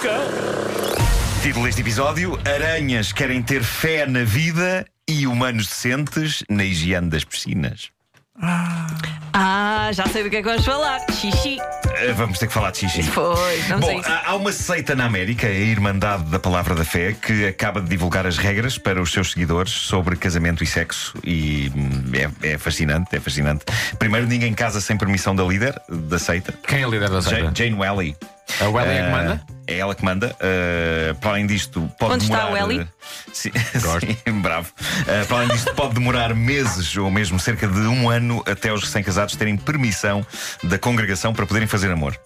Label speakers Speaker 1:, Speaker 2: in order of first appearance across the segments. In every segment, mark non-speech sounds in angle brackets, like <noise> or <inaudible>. Speaker 1: cão.
Speaker 2: Título deste episódio: Aranhas querem ter fé na vida e humanos decentes na higiene das piscinas.
Speaker 3: Ah, já sei do que é que vamos falar. Xixi.
Speaker 2: Ah, Vamos ter que falar de xixi.
Speaker 3: Foi, vamos a
Speaker 2: Bom,
Speaker 3: isso.
Speaker 2: há há uma seita na América, a Irmandade da Palavra da Fé, que acaba de divulgar as regras para os seus seguidores sobre casamento e sexo e hum, é, é fascinante, é fascinante. Primeiro, ninguém casa sem permissão da líder da seita,
Speaker 1: Quem é o líder da
Speaker 2: Ja-
Speaker 1: seita?
Speaker 2: Jane Welly.
Speaker 1: A Welly é que
Speaker 2: Ah,
Speaker 1: manda?
Speaker 2: É ela que manda. Ah, para além disto, pode
Speaker 3: Onde está
Speaker 2: demorar. eh,
Speaker 3: o Eli?
Speaker 2: Sim, <laughs>
Speaker 1: Gosto.
Speaker 2: sim, bravo. Ah, para além disto, pode demorar meses ou mesmo cerca de um ano até os recém-casados terem permissão da congregação para poderem fazer amor.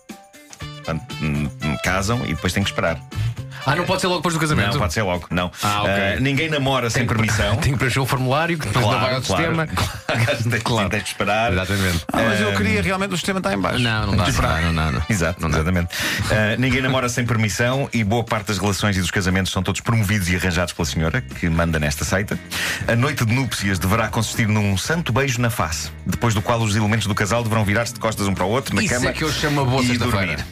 Speaker 2: Portanto, hum, hum, casam e depois têm que esperar.
Speaker 1: Ah, não pode ser logo depois do
Speaker 2: Não,
Speaker 1: casamento?
Speaker 2: pode ser logo, não.
Speaker 1: Ah, ok.
Speaker 2: Ah, ninguém namora sem permissão.
Speaker 1: <laughs> Tem que preencher o formulário que depois não vai ao sistema.
Speaker 2: claro. <laughs> Tem-
Speaker 1: Claro.
Speaker 2: Tem que esperar.
Speaker 1: <laughs> Exatamente. Eh,
Speaker 4: Ah, mas eu queria realmente o
Speaker 1: tá
Speaker 4: sistema está em baixo.
Speaker 1: Não, não dá. Não, não, não.
Speaker 2: Exato,
Speaker 1: Não dá.
Speaker 2: exatamente. Ah, ninguém namora sem permissão e boa parte das relações e dos casamentos são todos promovidos e arranjados pela senhora, que manda nesta seita. A noite de núpcias deverá consistir num santo beijo na face, depois do qual os elementos do casal deverão virar-se de costas um para o outro na
Speaker 1: Isso
Speaker 2: cama.
Speaker 1: é que eu chamo a boa
Speaker 2: e
Speaker 1: sexta-feira.
Speaker 2: dormir.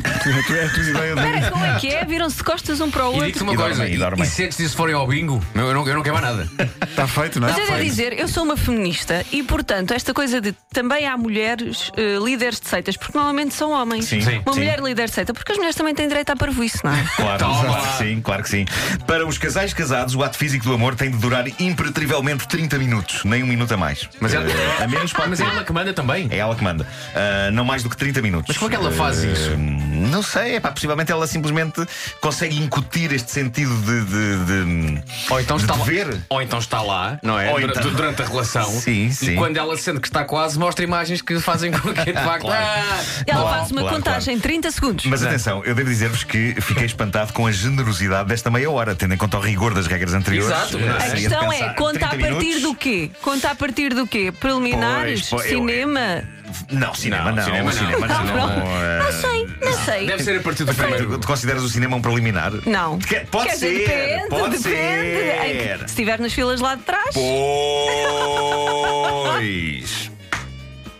Speaker 4: <laughs> Tu és tu ideia de.
Speaker 3: Espera, como é que é? Viram-se de costas um para o
Speaker 1: E
Speaker 3: outro.
Speaker 1: digo-te uma
Speaker 2: ah, E
Speaker 1: coisa,
Speaker 2: dormem, e
Speaker 1: e,
Speaker 2: dormem.
Speaker 1: e se antes disso forem ao bingo, Tá não, eu não, eu não quero mais <laughs> nada.
Speaker 4: Está feito, não é?
Speaker 3: Mas eu
Speaker 4: Está
Speaker 3: devo
Speaker 4: feito.
Speaker 3: dizer, eu sou uma feminista e, portanto, esta coisa de também há mulheres eh, líderes de seitas, porque normalmente são homens.
Speaker 2: Sim.
Speaker 1: Sim.
Speaker 3: Uma
Speaker 2: Sim.
Speaker 3: mulher líder de seita, porque as mulheres também têm direito à parvoíce,
Speaker 2: <laughs>
Speaker 3: não é?
Speaker 2: Claro,
Speaker 1: Toma.
Speaker 2: claro que sim, claro que sim. Para os casais casados, o ato físico do amor tem de durar impertrivelmente 30 minutos, nem um minuto a mais.
Speaker 1: Mas ela-
Speaker 2: Eh, a menos pode
Speaker 1: Mas
Speaker 2: ter.
Speaker 1: é ela que manda também.
Speaker 2: É ela que manda. Ah, não mais do que 30 minutos.
Speaker 1: Mas como é que ela faz
Speaker 2: Ah,
Speaker 1: isso?
Speaker 2: Não sei, é pá, possivelmente ela simplesmente consegue incutir este sentido de. de- de-
Speaker 1: Ou então,
Speaker 2: de
Speaker 1: está lá,
Speaker 2: dever.
Speaker 1: ou então está lá, não é?
Speaker 2: Ou
Speaker 1: Dura-
Speaker 2: então-
Speaker 1: Durante a relação.
Speaker 2: Sim, sim.
Speaker 1: E quando ela sente que está quase, mostra imagens que fazem com <laughs> que de facto. ah,
Speaker 3: Ela
Speaker 2: Claro,
Speaker 3: faz uma
Speaker 2: claro,
Speaker 3: contagem, 30 segundos.
Speaker 2: Mas atenção, eu devo dizer-vos que fiquei espantado com a generosidade desta meia hora, tendo em conta o rigor das regras anteriores.
Speaker 1: Exato,
Speaker 2: Eh,
Speaker 1: não é?
Speaker 3: A
Speaker 2: seria de
Speaker 3: questão é,
Speaker 2: pensar,
Speaker 3: conta a
Speaker 2: 30
Speaker 3: partir
Speaker 2: minutos?
Speaker 3: do quê? Conta a partir do quê? Preliminares?
Speaker 2: Pois, pois, eu-
Speaker 3: cinema?
Speaker 2: Não, cinema
Speaker 1: Não,
Speaker 2: não.
Speaker 1: cinema
Speaker 3: <laughs>
Speaker 1: não.
Speaker 2: cinema não.
Speaker 3: Não,
Speaker 2: Eh,
Speaker 3: Não sei, não sei.
Speaker 1: Deve ser a partir do
Speaker 2: Tu,
Speaker 1: primeiro.
Speaker 2: tu consideras o cinema um preliminar?
Speaker 3: Não.
Speaker 2: Que- pode
Speaker 3: Quer
Speaker 2: ser.
Speaker 3: dizer, depende,
Speaker 2: pode
Speaker 3: depende. Em que-
Speaker 2: ser.
Speaker 3: se estiver nas filas lá de trás.
Speaker 2: Pois.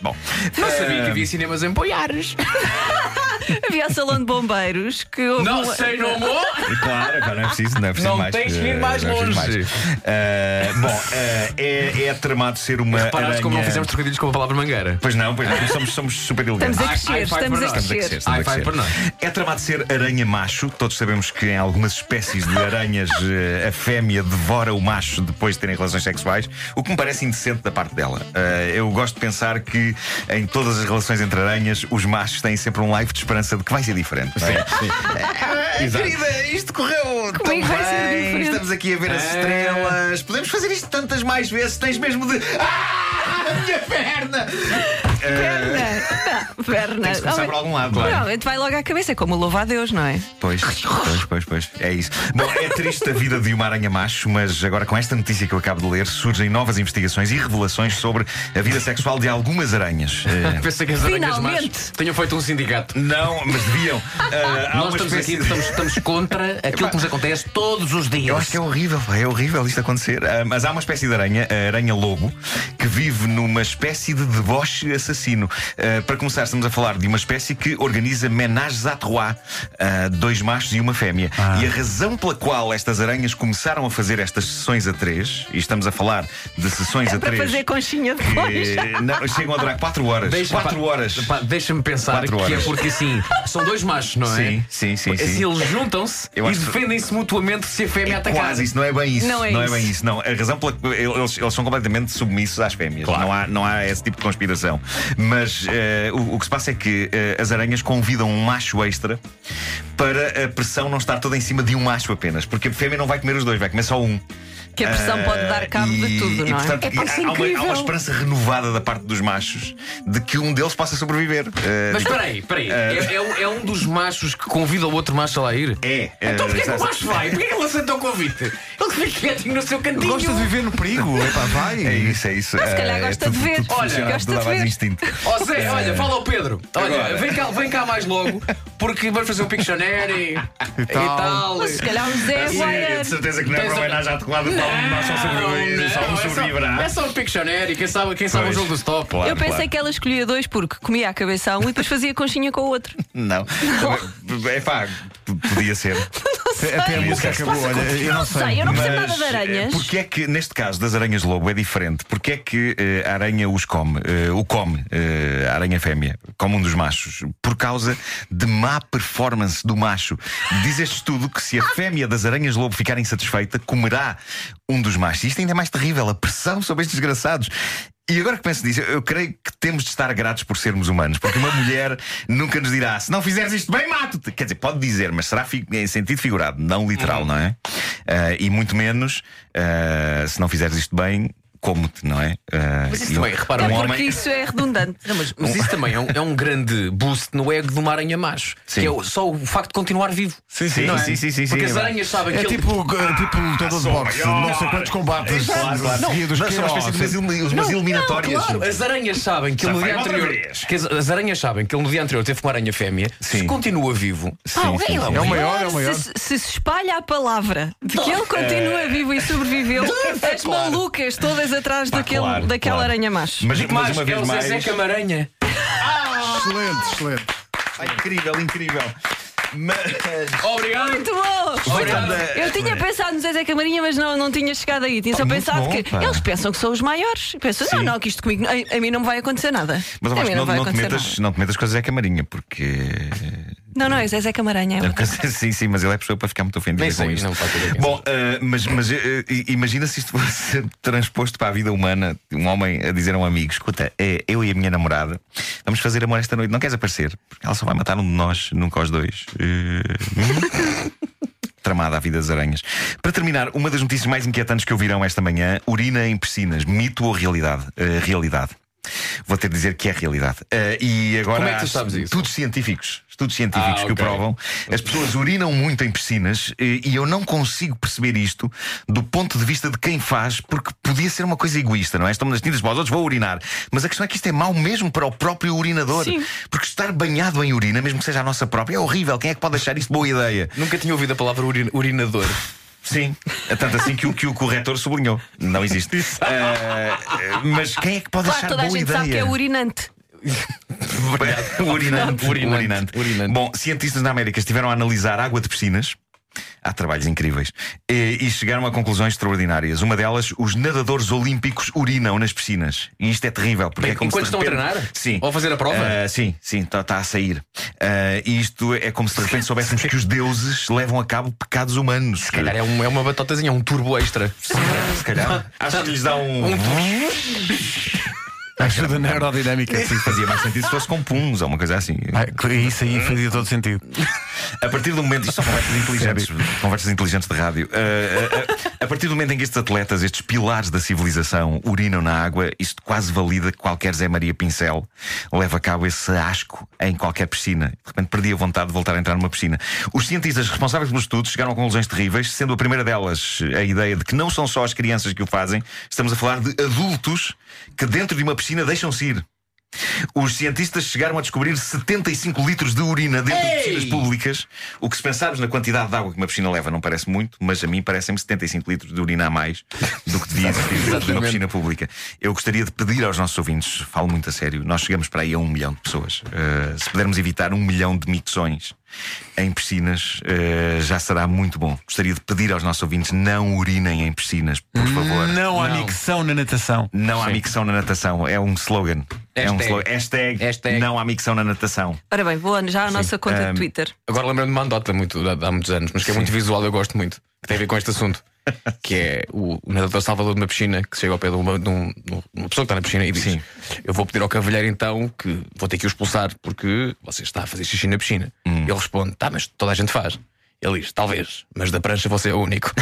Speaker 2: Bom,
Speaker 1: Não sabia que havia cinemas em Poiares.
Speaker 3: Havia o salão de bombeiros que houve
Speaker 1: Não
Speaker 3: uma-
Speaker 1: sei, não <laughs> vou.
Speaker 2: E claro, agora não é preciso, não é preciso
Speaker 1: Não
Speaker 2: mais.
Speaker 1: tens que ir
Speaker 2: eh,
Speaker 1: mais
Speaker 2: não é preciso
Speaker 1: longe.
Speaker 2: Eh, bom, eh, é, é tramado ser uma.
Speaker 1: Reparaste
Speaker 2: aranha...
Speaker 1: como não fizemos trocadilhos com a palavra mangueira.
Speaker 2: <laughs> Pois não, pois não, somos, somos super elegantes.
Speaker 3: Estamos a
Speaker 1: Ai,
Speaker 3: crescer,
Speaker 1: ai, vai
Speaker 3: estamos
Speaker 1: para
Speaker 3: a
Speaker 1: nós.
Speaker 2: Estamos a crescer,
Speaker 3: crescer.
Speaker 2: estamos a
Speaker 1: High five
Speaker 2: crescer.
Speaker 1: para nós.
Speaker 2: É tramado ser aranha macho. Todos sabemos que em algumas espécies de aranhas <laughs> eh, a fêmea devora o macho depois de terem relações sexuais, o que me parece indecente da parte dela. Eh, eu gosto de pensar que em todas as relações entre aranhas, os machos têm sempre um life de esperança de que vai ser diferente. não é? Ah, Querida, isto correu tão
Speaker 3: Comigo é vai ser
Speaker 2: bem.
Speaker 3: diferente.
Speaker 2: Estamos aqui a ver as
Speaker 1: Ah.
Speaker 2: estrelas. Podemos fazer isto tantas mais vezes. Tens mesmo de. Ah, a minha perna!
Speaker 3: Perna. Não, perna.
Speaker 2: Tem que se começar por algum lado, claro.
Speaker 3: Normalmente vai logo à cabeça, é como louva a Deus, não é?
Speaker 2: Pois, pois, pois, pois. É isso. Bom, é triste a vida de uma aranha macho, mas agora com esta notícia que eu acabo de ler, surgem novas investigações e revelações sobre a vida sexual de algumas aranhas. Eh,
Speaker 1: Pensei que as aranhas
Speaker 3: Finalmente.
Speaker 1: más tenham feito um sindicato.
Speaker 2: não, mas deviam. Ah, há
Speaker 1: Nós
Speaker 2: uma
Speaker 1: estamos
Speaker 2: espécie
Speaker 1: aqui,
Speaker 2: de-
Speaker 1: estamos, estamos
Speaker 2: <laughs>
Speaker 1: contra aquilo que nos acontece todos os
Speaker 2: Eu acho
Speaker 1: dias.
Speaker 2: que é horrível, pá, é horrível isto acontecer. Ah, mas há uma espécie de aranha, a aranha-lobo, que vive numa espécie de deboche assassino. Ah, para começar, estamos a falar de uma espécie que organiza menagens à trois, ah, dois machos e uma fêmea.
Speaker 1: Ah.
Speaker 2: E a razão pela qual estas aranhas começaram a fazer estas sessões a três, e estamos a falar de sessões a
Speaker 3: Para
Speaker 2: três.
Speaker 3: fazer conchinha depois.
Speaker 2: que, não, chegam a durar quatro horas.
Speaker 1: Deixa-
Speaker 2: quatro
Speaker 1: pá,
Speaker 2: horas.
Speaker 1: pá, Deixa-me pensar
Speaker 2: Quatro
Speaker 1: que é
Speaker 2: horas.
Speaker 1: porque assim são dois machos, não é?
Speaker 2: Sim, sim, sim,
Speaker 1: Assim
Speaker 2: sim.
Speaker 1: eles juntam-se e
Speaker 2: Eu acho que-
Speaker 1: defendem-se mutuamente se a fêmea
Speaker 2: É
Speaker 1: atacar.
Speaker 2: Quase isso, não é bem isso.
Speaker 3: Tá Não é isso.
Speaker 2: bem isso, não. A razão pela que eles, eles são completamente submissos às fêmeas. Não, há, não há esse tipo de conspiração. Mas eh, o, o que se passa é que eh, as aranhas convidam um macho extra para a pressão não estar toda em cima de um macho apenas. Porque a fêmea não vai comer os dois, vai comer só um.
Speaker 3: Que a pressão
Speaker 2: Ah,
Speaker 3: pode dar cabo
Speaker 2: e-
Speaker 3: de tudo,
Speaker 2: e,
Speaker 3: não é?
Speaker 2: portanto,
Speaker 3: É pá, isso é
Speaker 2: há- há, uma, há uma
Speaker 3: incrível.
Speaker 2: esperança renovada da parte dos machos de que um deles possa sobreviver. Eh,
Speaker 1: Mas espera aí, espera aí. É, é um- é um dos machos que convida o outro macho a lá ir?
Speaker 2: é. eh,
Speaker 1: Então porquê que o
Speaker 2: sabe-
Speaker 1: macho vai? Porquê que ele aceitou o convite? Ele fica quietinho no seu cantinho.
Speaker 4: Gosta de viver
Speaker 2: <laughs>
Speaker 4: no perigo? Epá, vai.
Speaker 2: É isso, é isso.
Speaker 3: se calhar
Speaker 2: É,
Speaker 3: gosta
Speaker 2: tudo-
Speaker 3: de ver.
Speaker 2: tudo
Speaker 3: Olha,
Speaker 2: funciona,
Speaker 3: gosta
Speaker 2: tudo
Speaker 3: de
Speaker 2: à base
Speaker 3: ver.
Speaker 2: de instinto.
Speaker 1: Ó Zé, olha, fala ao Pedro. Olha,
Speaker 2: É. Agora.
Speaker 1: vem cá, vem cá mais logo, porque vamos fazer um
Speaker 2: <laughs>
Speaker 1: Pictionary e
Speaker 4: tal.
Speaker 1: tal.
Speaker 3: Mas se calhar o Zé
Speaker 2: Sim,
Speaker 3: vai.
Speaker 2: de certeza que não é
Speaker 1: Tens
Speaker 2: para
Speaker 1: a-
Speaker 2: homenagem à teclada para um nós só
Speaker 1: Não,
Speaker 2: sobreviver,
Speaker 1: não,
Speaker 2: só um
Speaker 1: é
Speaker 2: sobreviverá.
Speaker 1: É só um Pictionary, quem sabe, quem sabe o
Speaker 2: Pois.
Speaker 1: jogo do stop.
Speaker 2: Claro,
Speaker 3: Eu pensei
Speaker 2: claro.
Speaker 3: que ela escolhia dois porque comia a cabeça a um e depois fazia conchinha com o outro. <laughs>
Speaker 2: Não. Também- É pá, p- podia ser.
Speaker 4: Até a
Speaker 2: Sei.
Speaker 4: música
Speaker 2: O que é que se
Speaker 4: acabou.
Speaker 3: passa
Speaker 4: Olha,
Speaker 3: contigo?
Speaker 4: eu não
Speaker 3: Não sei,
Speaker 4: sei.
Speaker 3: eu não percebo
Speaker 2: Mas,
Speaker 3: nada de aranhas.
Speaker 2: eh, Porque é que, neste caso das aranhas lobo, é diferente? Porque é que eh, a aranha os come, eh, o come, eh, a aranha fêmea, como um dos machos, por causa de má performance do macho. Diz este estudo que se a fêmea das aranhas lobo ficar insatisfeita, comerá um dos machos. E isto ainda é mais terrível, a pressão sobre estes desgraçados. E agora que penso nisso, eu creio que temos de estar gratos por sermos humanos, porque uma mulher nunca nos dirá se não fizeres isto bem, mato-te. Quer dizer, pode dizer, mas será fi- em sentido figurado, não literal, não é? Ah, e muito menos ah, se não fizeres isto bem, como-te, não é? Ah,
Speaker 1: Mas isso
Speaker 2: e
Speaker 1: também,
Speaker 2: um-
Speaker 1: repara,
Speaker 3: Até
Speaker 2: um
Speaker 1: um
Speaker 2: homem-
Speaker 3: porque isso é redundante.
Speaker 1: Não, mas, mas isso também é um, é um grande boost no ego de uma aranha macho.
Speaker 2: Sim.
Speaker 1: Que é o- só o facto de continuar vivo.
Speaker 2: Sim, sim,
Speaker 1: Não é?
Speaker 2: sim, sim, sim,
Speaker 1: Porque
Speaker 2: sim,
Speaker 1: as
Speaker 2: é
Speaker 1: aranhas sabem
Speaker 4: É
Speaker 1: que ele-
Speaker 4: tipo, eh, tipo lutador de
Speaker 2: sou
Speaker 4: boxe.
Speaker 2: maior.
Speaker 4: Não sei quantos combates
Speaker 2: Claro, claro.
Speaker 4: seguidos.
Speaker 2: Não,
Speaker 4: que
Speaker 2: são
Speaker 4: é
Speaker 2: uma espécie de
Speaker 4: ótimo.
Speaker 2: umas, il- umas eliminatórias.
Speaker 1: Claro, as aranhas sabem que
Speaker 2: Já
Speaker 1: ele no
Speaker 2: vai
Speaker 1: dia
Speaker 2: outra
Speaker 1: anterior.
Speaker 2: vez.
Speaker 1: Que as, as aranhas sabem que ele no dia anterior teve uma aranha fêmea. Se
Speaker 2: Sim.
Speaker 1: continua vivo,
Speaker 2: Sim,
Speaker 1: pá,
Speaker 2: sim,
Speaker 1: ele
Speaker 2: sim.
Speaker 4: É o
Speaker 1: um-
Speaker 4: maior, é o maior.
Speaker 3: Ah, Se, se se espalha a palavra de que ele
Speaker 2: É.
Speaker 3: continua vivo e sobreviveu, as
Speaker 1: claro.
Speaker 3: malucas todas atrás daquele,
Speaker 2: claro,
Speaker 3: daquela
Speaker 2: claro.
Speaker 3: aranha macho.
Speaker 2: Mas,
Speaker 1: Digo
Speaker 2: mas
Speaker 1: mais,
Speaker 2: uma
Speaker 1: é
Speaker 2: vez
Speaker 1: o
Speaker 2: mais.
Speaker 1: Zezé Camaranha.
Speaker 4: Excelente, excelente.
Speaker 2: Ah, incrível, incrível. Mas.
Speaker 1: Obrigado.
Speaker 3: Muito bom!
Speaker 1: Obrigado.
Speaker 3: Eu tinha pensado no Zezé Camarinha, mas não, não tinha chegado aí. Tinha só
Speaker 2: Muito
Speaker 3: pensado
Speaker 2: bom,
Speaker 3: que
Speaker 2: pá.
Speaker 3: eles pensam que são os maiores. Pensam, não, não, que isto comigo, a, a mim não me vai acontecer nada.
Speaker 2: Mas eu
Speaker 3: a mim
Speaker 2: acho que não,
Speaker 3: vai
Speaker 2: não te
Speaker 3: acontecer
Speaker 2: metas, não é te metas com a Zé Camarinha, porque.
Speaker 3: nada. Não, não, é Zezé Camaranha. é outro.
Speaker 2: sim, sim, mas ele é pessoa para ficar muito ofendido
Speaker 1: Nem
Speaker 2: com
Speaker 1: sei,
Speaker 2: isto.
Speaker 1: não faço ideia quem
Speaker 2: Bom, eh, mas, mas, eh, eh, imagina se isto fosse <laughs> transposto para a vida humana, um homem a dizer a um amigo: escuta, eh, eu e a minha namorada vamos fazer amor esta noite, não queres aparecer? Porque ela só vai matar um de nós, nunca os dois. Eh, <laughs> Tramada a vida das aranhas. Para terminar, uma das notícias mais inquietantes que ouvirão esta manhã: urina em piscinas, mito ou realidade? Eh, realidade. Vou ter de dizer que é realidade. Eh, e agora
Speaker 1: Como é que
Speaker 2: há
Speaker 1: tu sabes isso?
Speaker 2: Estudos científicos, estudos científicos
Speaker 1: Ah,
Speaker 2: que o
Speaker 1: ok.
Speaker 2: provam. As pessoas urinam muito em piscinas eh, e eu não consigo perceber isto do ponto de vista de quem faz, porque podia ser uma coisa egoísta, não é? Estamos nas tintas para os outros, vou urinar. Mas a questão é que isto é mau mesmo para o próprio urinador.
Speaker 3: Sim.
Speaker 2: Porque estar banhado em urina, mesmo que seja a nossa própria, é horrível. Quem é que pode achar isto boa ideia?
Speaker 1: Nunca tinha ouvido a palavra urin- urinador.
Speaker 2: Sim, tanto assim que o, que o corretor sublinhou. Não existe. Eh, mas quem é que pode
Speaker 3: Claro,
Speaker 2: achar
Speaker 3: toda a
Speaker 2: boa
Speaker 3: gente
Speaker 2: ideia?
Speaker 3: sabe que é urinante.
Speaker 2: O urinante, o urinante.
Speaker 1: Urinante, urinante.
Speaker 2: Bom, cientistas na América estiveram a analisar água de piscinas. Há trabalhos incríveis. E, e chegaram a conclusões extraordinárias. Uma delas, os nadadores olímpicos urinam nas piscinas. E isto é terrível. Porque
Speaker 1: Bem,
Speaker 2: é como
Speaker 1: enquanto
Speaker 2: se de
Speaker 1: estão a
Speaker 2: repente-
Speaker 1: treinar?
Speaker 2: Sim.
Speaker 1: Ou a fazer a prova?
Speaker 2: Ah, sim, sim, está a sair. Ah, e isto é como se de repente soubéssemos que os deuses levam a cabo pecados humanos. Se
Speaker 1: Cara, é, um- é uma batotazinha, é um turbo extra.
Speaker 2: Se
Speaker 1: <laughs>
Speaker 2: calhar. Acho que lhes dá um.
Speaker 4: Ajuda
Speaker 2: <laughs>
Speaker 4: na aerodinâmica.
Speaker 2: Sim, fazia mais sentido se fosse com puns ou uma coisa assim.
Speaker 4: Ah, Isso aí fazia todo sentido.
Speaker 2: A partir do momento, isto são conversas inteligentes, conversas inteligentes de rádio. Uh, uh, uh, a partir do momento em que estes atletas, estes pilares da civilização, urinam na água, isto quase valida que qualquer Zé Maria Pincel leva a cabo esse asco em qualquer piscina. De repente perdi a vontade de voltar a entrar numa piscina. Os cientistas responsáveis pelos estudos chegaram a conclusões terríveis, sendo a primeira delas a ideia de que não são só as crianças que o fazem, estamos a falar de adultos que dentro de uma piscina deixam-se ir. Os cientistas chegaram a descobrir 75 litros de urina dentro de piscinas públicas. O que, se pensarmos na quantidade de água que uma piscina leva, não parece muito, mas a mim parecem-me 75 litros de urina a mais do que devia existir dentro de uma piscina pública. Eu gostaria de pedir aos nossos ouvintes, falo muito a sério, nós chegamos para aí a um milhão de pessoas. Eh, se pudermos evitar um milhão de micções em piscinas, eh, já será muito bom. Gostaria de pedir aos nossos ouvintes: não urinem em piscinas, por favor.
Speaker 4: Não há
Speaker 1: Não.
Speaker 4: micção na natação.
Speaker 2: Não há micção na natação, é um slogan. É um
Speaker 1: Hashtag.
Speaker 2: slogan. Hashtag,
Speaker 1: Hashtag.
Speaker 2: não há micção na natação.
Speaker 3: Ora bem, vou já à nossa conta de Twitter.
Speaker 1: Agora lembro-me de uma anedota muito, há há muitos anos, mas que é muito visual, eu gosto muito, que tem a ver com este
Speaker 2: <laughs>
Speaker 1: assunto. Que é o o nadador salvador de uma piscina que chega ao pé de uma, de um- de uma pessoa que está na piscina e diz:
Speaker 2: Sim.
Speaker 1: Eu vou pedir ao cavalheiro então que vou ter que o expulsar porque você está a fazer xixi na piscina.
Speaker 2: Hum.
Speaker 1: Ele responde: Tá, mas toda a gente faz. Ele diz: Talvez, mas da prancha você é o único.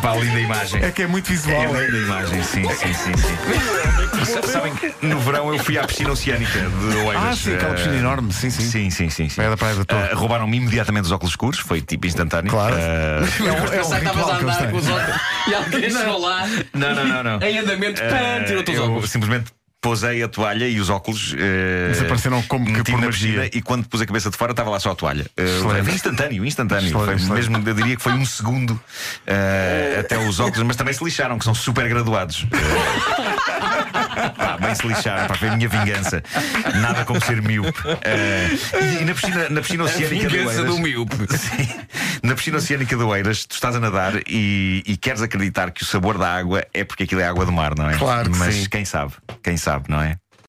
Speaker 2: Pá, linda imagem.
Speaker 4: É que é muito visual.
Speaker 2: É linda a imagem, sim, sim, sim. sim. Sa- Sabem que no verão eu fui à piscina oceânica de Oeiras.
Speaker 4: Ah, sim, aquela piscina
Speaker 2: eh,
Speaker 4: enorme, sim, sim.
Speaker 2: Sim, sim, sim. sim.
Speaker 4: Praia da Praia da Torre.
Speaker 2: Eh, Roubaram-me imediatamente os óculos escuros, foi tipo instantâneo.
Speaker 4: Claro.
Speaker 2: Eh,
Speaker 4: É, um- é um
Speaker 1: Pensava que estavas a
Speaker 4: ritual que eles
Speaker 1: andar
Speaker 4: têm.
Speaker 1: com os óculos e alguém chegou lá
Speaker 2: não, não, não, não.
Speaker 1: <laughs> em andamento,
Speaker 2: Eh,
Speaker 1: pam, tirou-te os
Speaker 2: eu
Speaker 1: óculos.
Speaker 2: Simplesmente posei a toalha e os óculos. eh,
Speaker 4: Desapareceram como que
Speaker 2: meti
Speaker 4: por
Speaker 2: na
Speaker 4: magia.
Speaker 2: piscina E quando pus a cabeça de fora, estava lá só a toalha. Eh,
Speaker 4: Excelente.
Speaker 2: foi instantâneo, instantâneo.
Speaker 4: Excelente,
Speaker 2: Foi
Speaker 4: excelente.
Speaker 2: mesmo, eu diria que foi um segundo eh, até os óculos, mas também se lixaram, que são super graduados. Eh, pá, bem se lixaram, pá, foi a minha vingança. Nada como ser miúpe. Eh, e, e na piscina, na piscina oceânica de
Speaker 1: Vingança
Speaker 2: Oeiras-
Speaker 1: do miúpe.
Speaker 2: Sim. <laughs> Na piscina oceânica de Oeiras, tu estás a nadar e, e queres acreditar que o sabor da água é porque aquilo é água do mar, não é?
Speaker 4: Claro que
Speaker 2: Mas
Speaker 4: sim.
Speaker 2: quem sabe? Quem sabe, não é?